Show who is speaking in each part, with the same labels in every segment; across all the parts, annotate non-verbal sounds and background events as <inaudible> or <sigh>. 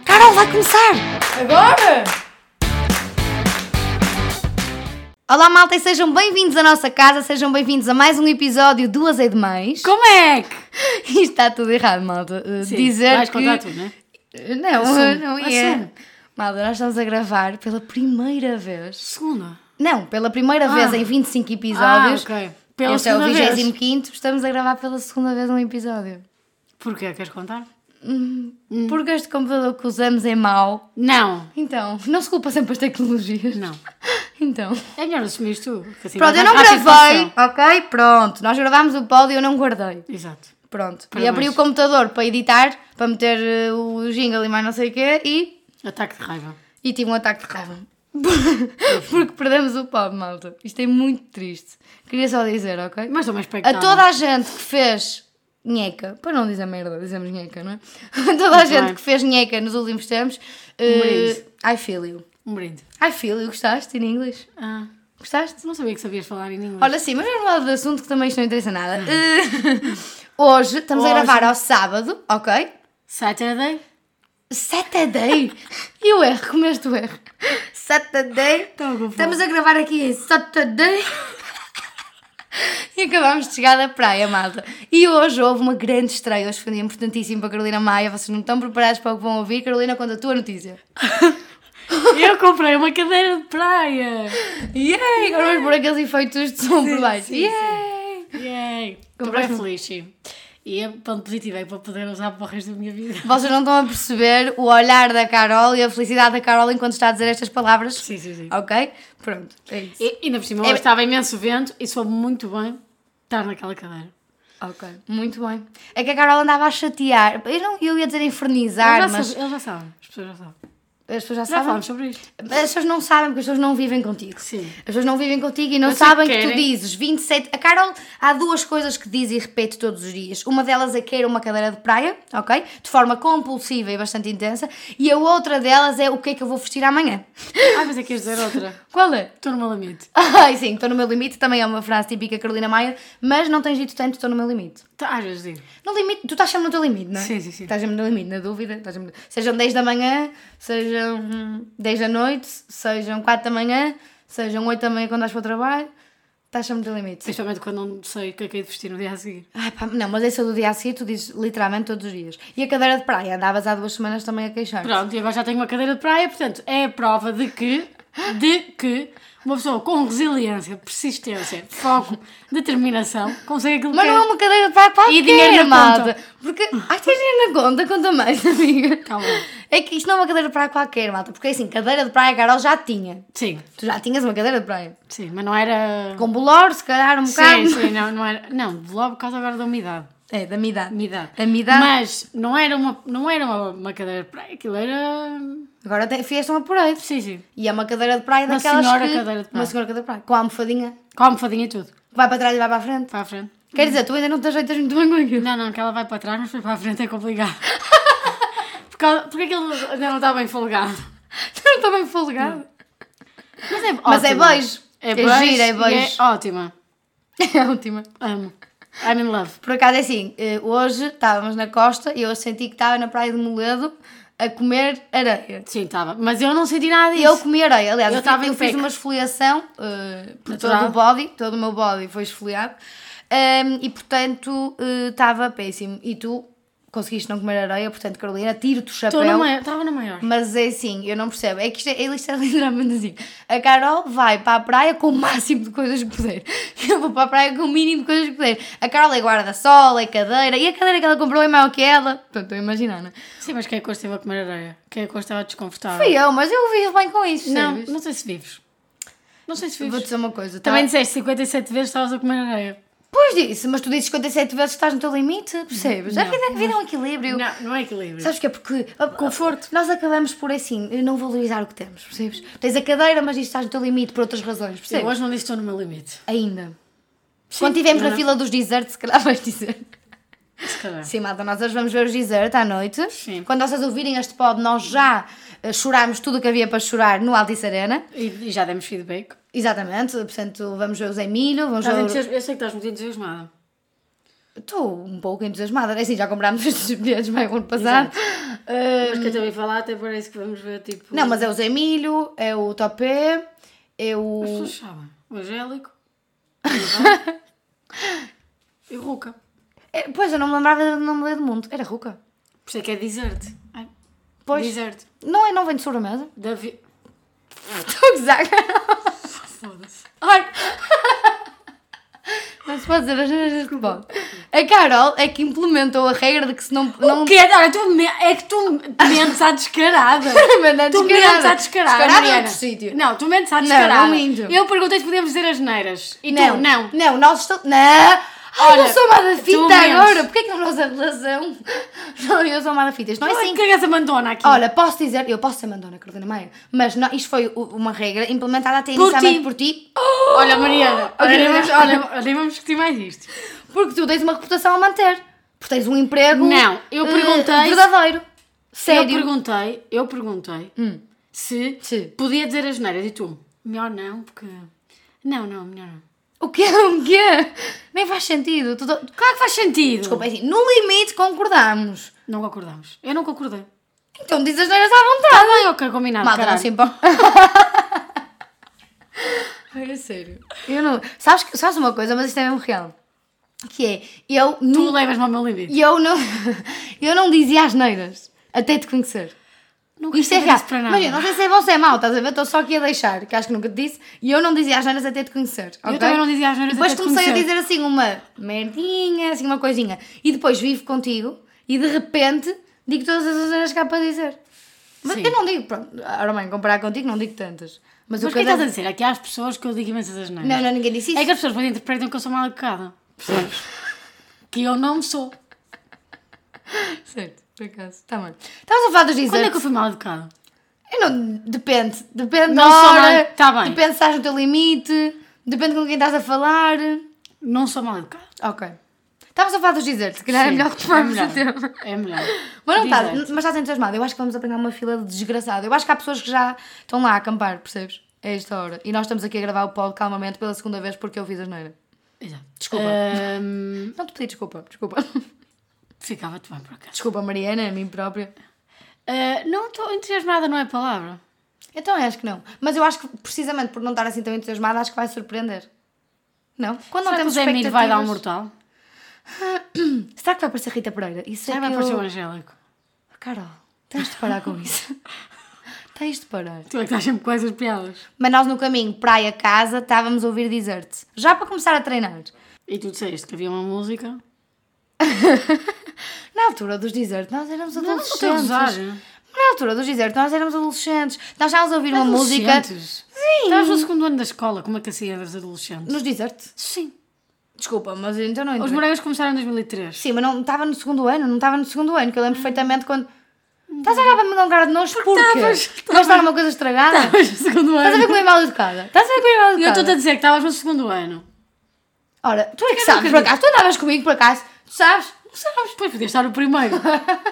Speaker 1: Então vai começar!
Speaker 2: Agora?
Speaker 1: Olá malta e sejam bem-vindos à nossa casa, sejam bem-vindos a mais um episódio do Azei Demais. <laughs>
Speaker 2: Como é que?
Speaker 1: Isto está tudo errado, malta. Uh,
Speaker 2: Sim,
Speaker 1: Dizer
Speaker 2: vais
Speaker 1: que...
Speaker 2: contar tudo, não é?
Speaker 1: Não, eh,
Speaker 2: Assume,
Speaker 1: não ia.
Speaker 2: assume.
Speaker 1: Malta, nós estamos a gravar pela primeira vez.
Speaker 2: Segunda.
Speaker 1: Não, pela primeira
Speaker 2: Ah.
Speaker 1: vez em 25 episódios.
Speaker 2: Ah, ok. Pela
Speaker 1: este é o
Speaker 2: segunda vez.
Speaker 1: 25 estamos a gravar pela segunda vez um episódio.
Speaker 2: Porquê? Queres contar? Hum.
Speaker 1: Porque este computador que usamos é mau.
Speaker 2: Não.
Speaker 1: Então, não se culpa sempre as tecnologias.
Speaker 2: Não.
Speaker 1: <laughs> Então.
Speaker 2: É melhor assumires tu. que assim
Speaker 1: Pronto,
Speaker 2: vai
Speaker 1: eu não
Speaker 2: dar- há
Speaker 1: gravei.
Speaker 2: satisfação.
Speaker 1: Ok, pronto. Nós gravámos o pódio e eu não guardei.
Speaker 2: Exato.
Speaker 1: Pronto. E
Speaker 2: Parabéns.
Speaker 1: abri o computador para editar, para meter eh, o jingle e mais não sei o quê e,
Speaker 2: Ataque de raiva.
Speaker 1: e tive um ataque de raiva. <laughs> Porque perdemos o pop, malta. Isto é muito triste. Queria só dizer, ok?
Speaker 2: Mas estou mais espectável.
Speaker 1: A toda a gente que fez nheca, para não dizer merda, dizemos nheca, não é? <laughs> A toda a
Speaker 2: Muito
Speaker 1: gente
Speaker 2: bem. é
Speaker 1: que fez nheca nos últimos tempos,
Speaker 2: brinde.
Speaker 1: eh, I feel you.
Speaker 2: Um brinde.
Speaker 1: I feel you, gostaste em inglês?
Speaker 2: Ah,
Speaker 1: Gostaste?
Speaker 2: não sabia que sabias falar em inglês.
Speaker 1: Olha, sim, mas vamos falar do assunto que também isto não interessa nada. Eh, hoje estamos a
Speaker 2: Hoje.
Speaker 1: gravar ao sábado, ok?
Speaker 2: Saturday?
Speaker 1: Saturday! E o R, comeste o Tá R. Saturday.
Speaker 2: Estou com fome.
Speaker 1: Estamos a gravar aqui em Saturday. E acabámos de chegar da praia, malta. E hoje houve uma grande estreia. Hoje foi um dia importantíssimo para a Carolina Maia. Vocês não estão preparados para o que vão ouvir. Carolina, conta a tua notícia.
Speaker 2: Eu comprei uma cadeira de praia.
Speaker 1: Yay! Agora vamos por aqueles efeitos de som por baixo.
Speaker 2: sim,
Speaker 1: Yay!
Speaker 2: Yay. Comprei
Speaker 1: Compraste- um-
Speaker 2: feliz, sim. E é ponto positivo, é para poder usar para o resto da minha vida.
Speaker 1: Vocês não estão a perceber o olhar da Carol e a felicidade da Carol enquanto está a dizer estas palavras.
Speaker 2: Sim, sim, sim.
Speaker 1: Ok? Pronto. É isso.
Speaker 2: E, ainda por cima, hoje
Speaker 1: É-
Speaker 2: estava imenso vento e soube muito bem estar naquela cadeira.
Speaker 1: Ok, muito bem. É que a Carol andava a chatear. Eu, não, eu ia dizer infernizar,
Speaker 2: Eles já,
Speaker 1: mas
Speaker 2: sabem, eles já sabem, as pessoas já sabem.
Speaker 1: as pessoas já
Speaker 2: Já
Speaker 1: sabem.
Speaker 2: falámos sobre isto.
Speaker 1: As pessoas não sabem porque as pessoas não vivem contigo.
Speaker 2: Sim.
Speaker 1: As pessoas não vivem contigo e não
Speaker 2: Eu sei
Speaker 1: sabem
Speaker 2: que
Speaker 1: que, tu
Speaker 2: querem.
Speaker 1: dizes 27. A Carol, há duas coisas que diz e repete todos os dias. Uma delas é queira uma cadeira de praia, ok? De forma compulsiva e bastante intensa. E a outra delas é o que é que eu vou vestir amanhã.
Speaker 2: Ah, mas é que ias dizer outra.
Speaker 1: Qual é?
Speaker 2: Estou numa lamento.
Speaker 1: <laughs> Ai, sim, estou no meu limite, também é uma frase típica Carolina Maia, mas não tens dito tanto, estou no meu limite.
Speaker 2: Tá, Às vezes digo.
Speaker 1: No limite, tu estás sempre no teu limite, não é?
Speaker 2: Sim, sim, sim.
Speaker 1: Estás sempre no limite, na dúvida. Estás sempre... Sejam 10 da manhã, sejam hum, 10 da noite, sejam 4 da manhã, sejam 8 da manhã quando vais para o trabalho, estás sempre no teu limite.
Speaker 2: Principalmente quando não sei o que é que é de vestir no dia a seguir.
Speaker 1: Ai, pá, não, mas essa do dia a seguir tu dizes literalmente todos os dias. E a cadeira de praia, andavas há duas semanas também a queixar.
Speaker 2: Pronto, e agora já tenho uma cadeira de praia, portanto, é a prova de que, de que uma pessoa com resiliência, persistência, foco, determinação, consegue aquilo
Speaker 1: Mas
Speaker 2: que
Speaker 1: não é uma cadeira de praia qualquer,
Speaker 2: dinheiro na
Speaker 1: malta.
Speaker 2: conta.
Speaker 1: Porque, ai, tens dinheiro na conta, conta mais, <laughs> amiga.
Speaker 2: Calma.
Speaker 1: É que isto não é uma cadeira de praia qualquer, malta. Porque assim, cadeira de praia, Carol, já tinha.
Speaker 2: Sim,
Speaker 1: Tu já tinhas uma cadeira de praia.
Speaker 2: sim, mas não era...
Speaker 1: Com bolor, se calhar, um
Speaker 2: Sim,
Speaker 1: bocado.
Speaker 2: sim, não, não era... Não, de logo por causa agora da umidade.
Speaker 1: É, da minha idade.
Speaker 2: umidade.
Speaker 1: A minha idade.
Speaker 2: Mas não era uma, não era uma, uma cadeira de praia, aquilo era...
Speaker 1: Agora te- fizeste um apurei.
Speaker 2: Sim, sim,
Speaker 1: E é uma cadeira de praia
Speaker 2: Uma
Speaker 1: daquelas
Speaker 2: senhora
Speaker 1: que...
Speaker 2: cadeira de praia.
Speaker 1: Uma senhora cadeira de praia. Com a almofadinha.
Speaker 2: com a almofadinha e tudo,
Speaker 1: que Vai para trás e vai para a frente.
Speaker 2: para a frente.
Speaker 1: Quer dizer, tu ainda não te ajeitas muito bem com
Speaker 2: <laughs>
Speaker 1: aquilo.
Speaker 2: Não, não, que ela vai para trás, mas foi para a frente é
Speaker 1: <laughs>
Speaker 2: complicado. Porque, ela- porque aquilo ainda não está bem folgado.
Speaker 1: Não estou bem folgada.
Speaker 2: Tá Mas é,
Speaker 1: Mas é
Speaker 2: ótima.
Speaker 1: beijo. É gira, é
Speaker 2: e
Speaker 1: beijo.
Speaker 2: É ótima.
Speaker 1: <laughs> É a última.
Speaker 2: Amo. I'm in love.
Speaker 1: Por acaso é assim, eh, hoje estávamos na costa e eu senti que estava na praia de Moledo a comer areia.
Speaker 2: Sim, estava. Mas eu não senti nada
Speaker 1: E
Speaker 2: disso.
Speaker 1: eu comi areia, aliás,
Speaker 2: Eu
Speaker 1: eu,
Speaker 2: estava
Speaker 1: fiz, eu
Speaker 2: em
Speaker 1: fiz
Speaker 2: pec.
Speaker 1: uma esfoliação eh, por
Speaker 2: Natural.
Speaker 1: todo o body, todo o meu body foi esfoliado ehm, e portanto eh, estava péssimo. E tu conseguiste não comer areia, portanto, Carolina, tiro-te o
Speaker 2: Estou na
Speaker 1: chapéu.
Speaker 2: maior. Estava na maior.
Speaker 1: Mas é assim, eu não percebo. É que isto é, ele está literalmente assim. A Carol vai para a praia com o máximo de coisas que puder. <laughs> Eu vou para a praia com o mínimo de coisas que puder. A Carol é guarda-sol, é cadeira. E a cadeira que ela comprou é maior que ela. Portanto, estou a imaginar, não é?
Speaker 2: Sim, mas quem é que eu esteve a comer areia? Quem é que eu estava desconfortável?
Speaker 1: Fui eu, mas eu vivo bem com isso.
Speaker 2: não,
Speaker 1: sabes?
Speaker 2: não sei se vives. Não sei se vives.
Speaker 1: Vou dizer uma coisa. tá?
Speaker 2: Também disseste 57 vezes que estavas a comer areia.
Speaker 1: Pois disse, mas tu dizes 57 vezes que estás no teu limite, percebes? a vida, a vida é um equilíbrio.
Speaker 2: Não, não é equilíbrio.
Speaker 1: Sabes que é porque. Conforto. Nós acabamos por assim, não valorizar o que temos, percebes? Tens a cadeira, mas isto estás no teu limite por outras razões,
Speaker 2: Eu
Speaker 1: percebes?
Speaker 2: hoje não disse que estou no meu limite.
Speaker 1: Ainda. Quando estivermos
Speaker 2: não,
Speaker 1: na
Speaker 2: não.
Speaker 1: fila dos desertos, se calhar <laughs> vais dizer.
Speaker 2: Se calhar.
Speaker 1: Sim, malta, nós hoje vamos ver os desertos à noite.
Speaker 2: Sim.
Speaker 1: Quando vocês ouvirem este pod, nós já eh, chorámos tudo o que havia para chorar no Altice Arena.
Speaker 2: E, e já demos feedback.
Speaker 1: Exatamente, portanto, vamos ver o Zé Milho, vamos
Speaker 2: Estás
Speaker 1: ver. o-
Speaker 2: entusias- Eu sei que estás muito entusiasmada.
Speaker 1: Hum. <laughs> Estou um pouco entusiasmada. É assim, já comprámos estes bilhetes bem o ano passado.
Speaker 2: Mas que eu também falar, até parece que vamos ver tipo.
Speaker 1: Não, mas é o Zé Milho, é o Topé, é o.
Speaker 2: As pessoas sabem.
Speaker 1: <laughs>
Speaker 2: O Angélico. e o Ruca.
Speaker 1: É, pois, eu não me lembrava do nome dele do mundo. Era Ruca.
Speaker 2: Por isso é que é deserte. Ai,
Speaker 1: Pois.
Speaker 2: Deserte.
Speaker 1: Não é, não vem de <laughs> sobremesa?
Speaker 2: Davi.
Speaker 1: Estou a gozar.
Speaker 2: Foda-se.
Speaker 1: Ai. <laughs> Não se pode dizer as neiras que bom. A Carol é que implementou a regra de que se não. não...
Speaker 2: O quê? Olha, tu me- é que tu mentes à descarada.
Speaker 1: <laughs> Mas não é <laughs>
Speaker 2: Tu
Speaker 1: descarada.
Speaker 2: mentes à descarada.
Speaker 1: Descarada é
Speaker 2: Mariana.
Speaker 1: outro sítio.
Speaker 2: Não, tu mentes à descarada.
Speaker 1: não minto.
Speaker 2: Eu perguntei se podíamos dizer as neiras. E tu, não.
Speaker 1: Não, nós estamos. Não! Ai,
Speaker 2: Olha,
Speaker 1: eu sou má da
Speaker 2: tu
Speaker 1: fita
Speaker 2: mentes.
Speaker 1: agora! Porquê que não nossa relação? Não, eu sou má da fita. Isto não é
Speaker 2: Olha
Speaker 1: assim.
Speaker 2: que essa mandona aqui.
Speaker 1: Olha, posso dizer, eu posso ser mandona, Carolina Maia, mas não, isto foi u- uma regra implementada até
Speaker 2: Por
Speaker 1: inicialmente
Speaker 2: ti.
Speaker 1: por ti,
Speaker 2: Olha, Mariana.
Speaker 1: Ok,
Speaker 2: Oh! Olha, nem vamos,
Speaker 1: olha.
Speaker 2: olha, nem vamos discutir mais isto.
Speaker 1: porque tu tens uma reputação a manter, porque tens um emprego.
Speaker 2: Não, eu
Speaker 1: eh,
Speaker 2: perguntei-
Speaker 1: verdadeiro. Sério. Hum.
Speaker 2: Eu perguntei, eu perguntei se
Speaker 1: Se.
Speaker 2: podia dizer as neiras. E tu, melhor não, porque... Não, não, melhor não.
Speaker 1: O quê? <laughs> O quê? Nem faz sentido. Tu, tu-
Speaker 2: Claro que faz sentido.
Speaker 1: Desculpa, é assim, no limite concordamos.
Speaker 2: Não concordamos. Eu não concordei.
Speaker 1: Então diz as neiras à vontade.
Speaker 2: Tá bem, ok, combinado,
Speaker 1: Malta, não
Speaker 2: caralho.
Speaker 1: se
Speaker 2: <laughs>
Speaker 1: importa. É sério. Eu não... Sabes, que- sabes uma coisa, mas isto é mesmo real. Que é, eu
Speaker 2: Tu
Speaker 1: não,
Speaker 2: levas-me ao meu
Speaker 1: <laughs>
Speaker 2: limite.
Speaker 1: eu não, <laughs> eu não dizia as neiras, até te conhecer.
Speaker 2: Nunca
Speaker 1: Isto é
Speaker 2: tive
Speaker 1: real.
Speaker 2: isso para nada.
Speaker 1: Mas eu não sei se é bom ou se é mau, estás a ver? Estou só aqui a deixar, que acho que nunca te disse. E eu não dizia as neiras até te conhecer.
Speaker 2: Eu
Speaker 1: ok?
Speaker 2: também não dizia as
Speaker 1: E
Speaker 2: neiras
Speaker 1: Depois
Speaker 2: até te
Speaker 1: comecei a
Speaker 2: conhecer.
Speaker 1: dizer assim uma merdinha, assim uma coisinha. E depois vivo contigo e de repente digo todas as neiras que há para dizer. Mas
Speaker 2: Sim.
Speaker 1: eu não digo, pronto, ora bem, comparar contigo não digo tantas. Mas,
Speaker 2: Mas o
Speaker 1: o
Speaker 2: que é que
Speaker 1: cada-
Speaker 2: estás a dizer? É que há as pessoas que eu digo imensas as neiras.
Speaker 1: Não, não, ninguém disse isso.
Speaker 2: É que as pessoas depois interpretam que eu sou mal educada. Percebes? que eu não sou.
Speaker 1: Certo, por acaso. Está bem. Estavas a falar dos
Speaker 2: tá Quando é
Speaker 1: desertos.
Speaker 2: que eu fui mal educada?
Speaker 1: Eu não... Depende. Depende
Speaker 2: Não
Speaker 1: da
Speaker 2: sou
Speaker 1: hora.
Speaker 2: mãe, tá bem.
Speaker 1: Depende se estás no teu limite. Depende com quem estás a falar.
Speaker 2: Não sou mal educada.
Speaker 1: Ok. Estavas a falar dos desertos. Se calhar é
Speaker 2: Sim,
Speaker 1: melhor retomarmos
Speaker 2: é
Speaker 1: o tema.
Speaker 2: É melhor.
Speaker 1: Mas não estás,
Speaker 2: Dizer.
Speaker 1: mas estás entusiasmado. Eu acho que vamos apanhar uma fila de desgraçado. Eu acho que há pessoas que já estão lá a acampar, percebes? A esta hora. E nós estamos aqui a gravar o pod calmamente pela segunda vez porque eu fiz a neira.
Speaker 2: Exato.
Speaker 1: Desculpa.
Speaker 2: Ahm,
Speaker 1: Não te pedi desculpa, desculpa. <laughs>
Speaker 2: Ficava-te bem por acaso.
Speaker 1: Desculpa, Mariana, a mim própria.
Speaker 2: Ah, não estou entusiasmada, não é palavra.
Speaker 1: Então acho que não. Mas eu acho que precisamente por não estar assim tão entusiasmada, acho que vai surpreender. Não? Quando não
Speaker 2: Será que o
Speaker 1: temos
Speaker 2: Zé Miro vai dar um
Speaker 1: expectativas-
Speaker 2: mortal?
Speaker 1: Será que vai aparecer Rita Pereira? Isso é
Speaker 2: Já vai um
Speaker 1: que
Speaker 2: aparecer o
Speaker 1: eu...
Speaker 2: Angélico.
Speaker 1: Carol, tens de parar com isso. <laughs> tens de parar.
Speaker 2: Tu é que estás sempre com essas piadas.
Speaker 1: Mas nós no caminho praia-casa estávamos a ouvir dizer-te. Já para começar a treinar.
Speaker 2: E tu disseste que havia uma música.
Speaker 1: Na altura dos desertos, nós éramos
Speaker 2: não estou a
Speaker 1: adolescentes.
Speaker 2: gozar.
Speaker 1: Na altura dos desertos, nós éramos adolescentes. Nós estávamos a ouvir uma música
Speaker 2: Adolescentes? Sim. Estavas no segundo ano da escola, como é que assim eras adolescente?
Speaker 1: nos desertos.
Speaker 2: Sim.
Speaker 1: Desculpa, mas então não
Speaker 2: Os
Speaker 1: entrei.
Speaker 2: morangos começaram em 2003.
Speaker 1: Sim, mas não estava no segundo ano, não estava no segundo ano, que eu lembro
Speaker 2: Ah.
Speaker 1: perfeitamente quando. Estás a olhar para mim com um cara de nós porque
Speaker 2: Uhum. estavas-
Speaker 1: vais estar uma coisa estragada?
Speaker 2: Estavas no segundo
Speaker 1: Estás a ver
Speaker 2: ano.
Speaker 1: como é mal educada? Estás a ver como é mal
Speaker 2: Eu
Speaker 1: educada?
Speaker 2: estou-te a dizer que estavas no segundo ano.
Speaker 1: Ora, tu é que
Speaker 2: Eu
Speaker 1: sabes,
Speaker 2: nunca
Speaker 1: por acaso, tu andavas comigo por acaso, tu sabes?
Speaker 2: Não sabes. Pois podias estar no <laughs> primeiro.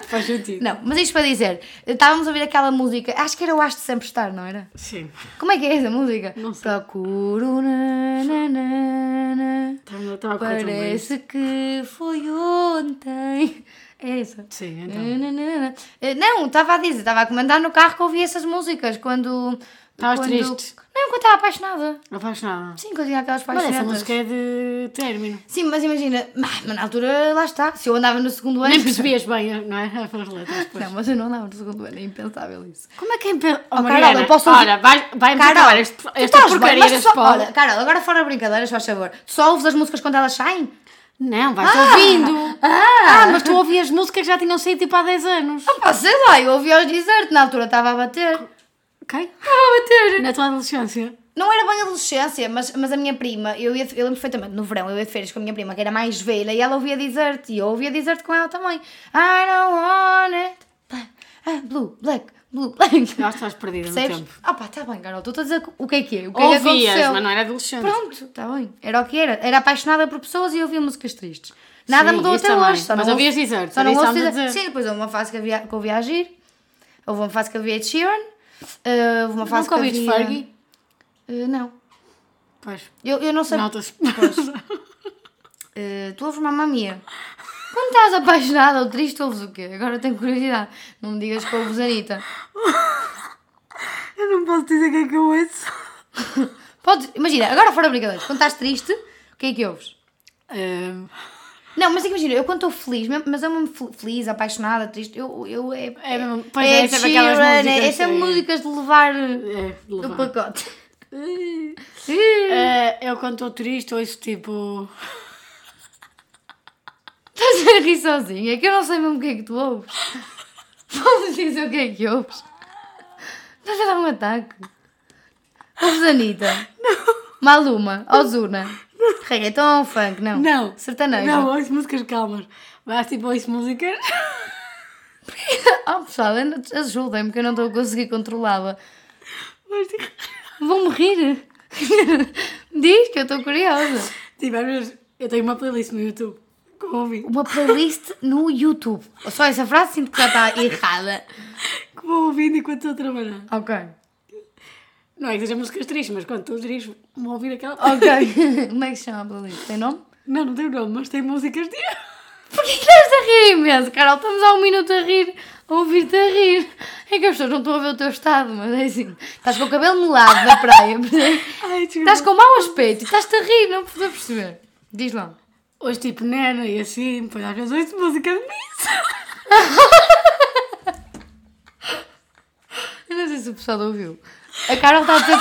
Speaker 2: Faz sentido.
Speaker 1: Não, mas isto para dizer, estávamos a ouvir aquela música, acho que era o Acho de Sempre Estar, não era?
Speaker 2: Sim.
Speaker 1: Como é que é essa música?
Speaker 2: Não sei.
Speaker 1: Procuro na, na, na, na.
Speaker 2: Estava estava a correr tão bem.
Speaker 1: Parece que foi ontem. É isso.
Speaker 2: Sim, então.
Speaker 1: Na, na, na, na. Eh, Não, estava a dizer, estava a comentar no carro que ouvi essas músicas quando.
Speaker 2: Estavas
Speaker 1: quando-
Speaker 2: triste?
Speaker 1: Não, quando estava apaixonada.
Speaker 2: Não faz nada.
Speaker 1: Sim, quando tinha aquelas
Speaker 2: Mas
Speaker 1: paixões.
Speaker 2: essa música é de término.
Speaker 1: Sim, mas imagina, mas mas na altura lá está. Se eu andava no segundo ano.
Speaker 2: Nem percebias bem, não é? <laughs> As letras depois.
Speaker 1: Não, mas eu não andava no segundo ano, é impensável isso.
Speaker 2: Como é que é impel... Oh,
Speaker 1: Carol,
Speaker 2: Mariana,
Speaker 1: eu posso ouvir-
Speaker 2: Olha, vai, vai me
Speaker 1: Carol,
Speaker 2: acabar este,
Speaker 1: tu
Speaker 2: esta
Speaker 1: estás bem,
Speaker 2: porcaria
Speaker 1: mas tu
Speaker 2: deste
Speaker 1: só-
Speaker 2: pod.
Speaker 1: Olha, Carol, agora fora brincadeiras, faz favor. Tu só ouves as músicas quando elas saem?
Speaker 2: Não, vais ouvindo. Ah. mas tu ouvias músicas que já tinham saído tipo há 10 anos.
Speaker 1: Opa, Ah, sei lá, eu ouvi aos desertos, na altura estava a bater. Estava
Speaker 2: Ok?
Speaker 1: a bater.
Speaker 2: Na tua adolescência.
Speaker 1: Não era bem adolescência, mas, mas a minha prima, eu, ia, eu lembro perfeitamente, no verão eu ia de férias com a minha prima, que era mais velha, e ela ouvia dizer-te, e eu ouvia dizer-te com ela também. I don't want it. Black, ah, blue, black, blue, black.
Speaker 2: Já estás perdida Ah, no
Speaker 1: Percebes?
Speaker 2: tempo.
Speaker 1: Ah pá, tá bem, Carol, tu estás a dizer o que é que é, o que é que
Speaker 2: Ouvias,
Speaker 1: aconteceu.
Speaker 2: mas não era adolescente.
Speaker 1: Pronto, tá bem, era o que era. Era apaixonada por pessoas e ouvia músicas tristes. Nada
Speaker 2: Sim,
Speaker 1: mudou
Speaker 2: isso
Speaker 1: até
Speaker 2: também.
Speaker 1: hoje. Só
Speaker 2: Mas
Speaker 1: não
Speaker 2: ouvias
Speaker 1: ouço-
Speaker 2: Deezer,
Speaker 1: Só não
Speaker 2: isso
Speaker 1: ouço
Speaker 2: estamos a
Speaker 1: Deezer.
Speaker 2: dizer.
Speaker 1: Sim, depois houve uma fase que havia, que ouvia agir, houve uma fase que havia Ed Sheeran, eh, houve uma fase
Speaker 2: Nunca
Speaker 1: que
Speaker 2: ouviste
Speaker 1: havia...
Speaker 2: Fergie?
Speaker 1: Eh, não.
Speaker 2: Pois.
Speaker 1: Eu, eu não sei.
Speaker 2: Nota-se.
Speaker 1: Eh, tu ouves Mamma Mia. Quando estás apaixonada ou triste, ouves o quê? Agora tenho curiosidade. Não me digas que ouves Anitta.
Speaker 2: <laughs> Eu não posso dizer o que é que eu ouço.
Speaker 1: Podes, imagina, agora fora brincadeiras, quando estás triste, o que é que ouves?
Speaker 2: Ehm,
Speaker 1: Não, mas é que imagina, eu quando estou feliz, mesmo- mas eu mesmo fel- feliz, apaixonada, triste, eu, eu é.
Speaker 2: É mesmo- pois é,
Speaker 1: Ed
Speaker 2: sempre aquelas
Speaker 1: Sheeran, é-
Speaker 2: músicas,
Speaker 1: Essas
Speaker 2: é.
Speaker 1: músicas de levar
Speaker 2: É,
Speaker 1: eh,
Speaker 2: de
Speaker 1: do
Speaker 2: levar.
Speaker 1: pacote.
Speaker 2: <laughs>
Speaker 1: <laughs>
Speaker 2: Eh, eu quando estou triste ouço tipo.
Speaker 1: Estás a rir sozinha, que eu não sei mesmo o que é que tu
Speaker 2: <laughs>
Speaker 1: ouves. Vamos dizer o que é que ouves. Estás a dar um ataque. Ouves Anitta. Maluma. Ozuna. Reggaeton, funk, não.
Speaker 2: Não.
Speaker 1: Sertanejo.
Speaker 2: Não, ouço músicas calmas. Mas tipo, ouço músicas. <laughs>
Speaker 1: Oh, pessoal, ainda- ajudem-me que eu não estou a conseguir controlá-la.
Speaker 2: Mas tipo,
Speaker 1: Vou morrer. <laughs> Diz que eu estou curiosa.
Speaker 2: tipo, às vezes eu tenho uma playlist no YouTube que eu ouvi.
Speaker 1: Uma playlist no YouTube. Só essa frase sinto que já está errada.
Speaker 2: Que vou ouvindo enquanto estou a trabalhar.
Speaker 1: Ok.
Speaker 2: Não é que sejam músicas tristes, mas quando estou triste vou ouvir aquela.
Speaker 1: Ok. <laughs> Como é que se chama a playlist? Tem nome?
Speaker 2: Não, não tem nome, mas tem músicas de. <laughs>
Speaker 1: Porquê que estás a rir imenso, Carol? Estamos há um minuto a rir, a ouvir-te a rir. É que as pessoas não estão a ver o teu estado, mas é assim. Estás com o cabelo melado na praia, percebes?
Speaker 2: Ai, desculpa.
Speaker 1: estás com mau aspecto e estás-te a rir, não estou a perceber. Diz lá.
Speaker 2: Hoje tipo nena e assim, depois às vezes ouço música de missa. <laughs>
Speaker 1: Eu não sei se o pessoal ouviu. A Carol está a dizer.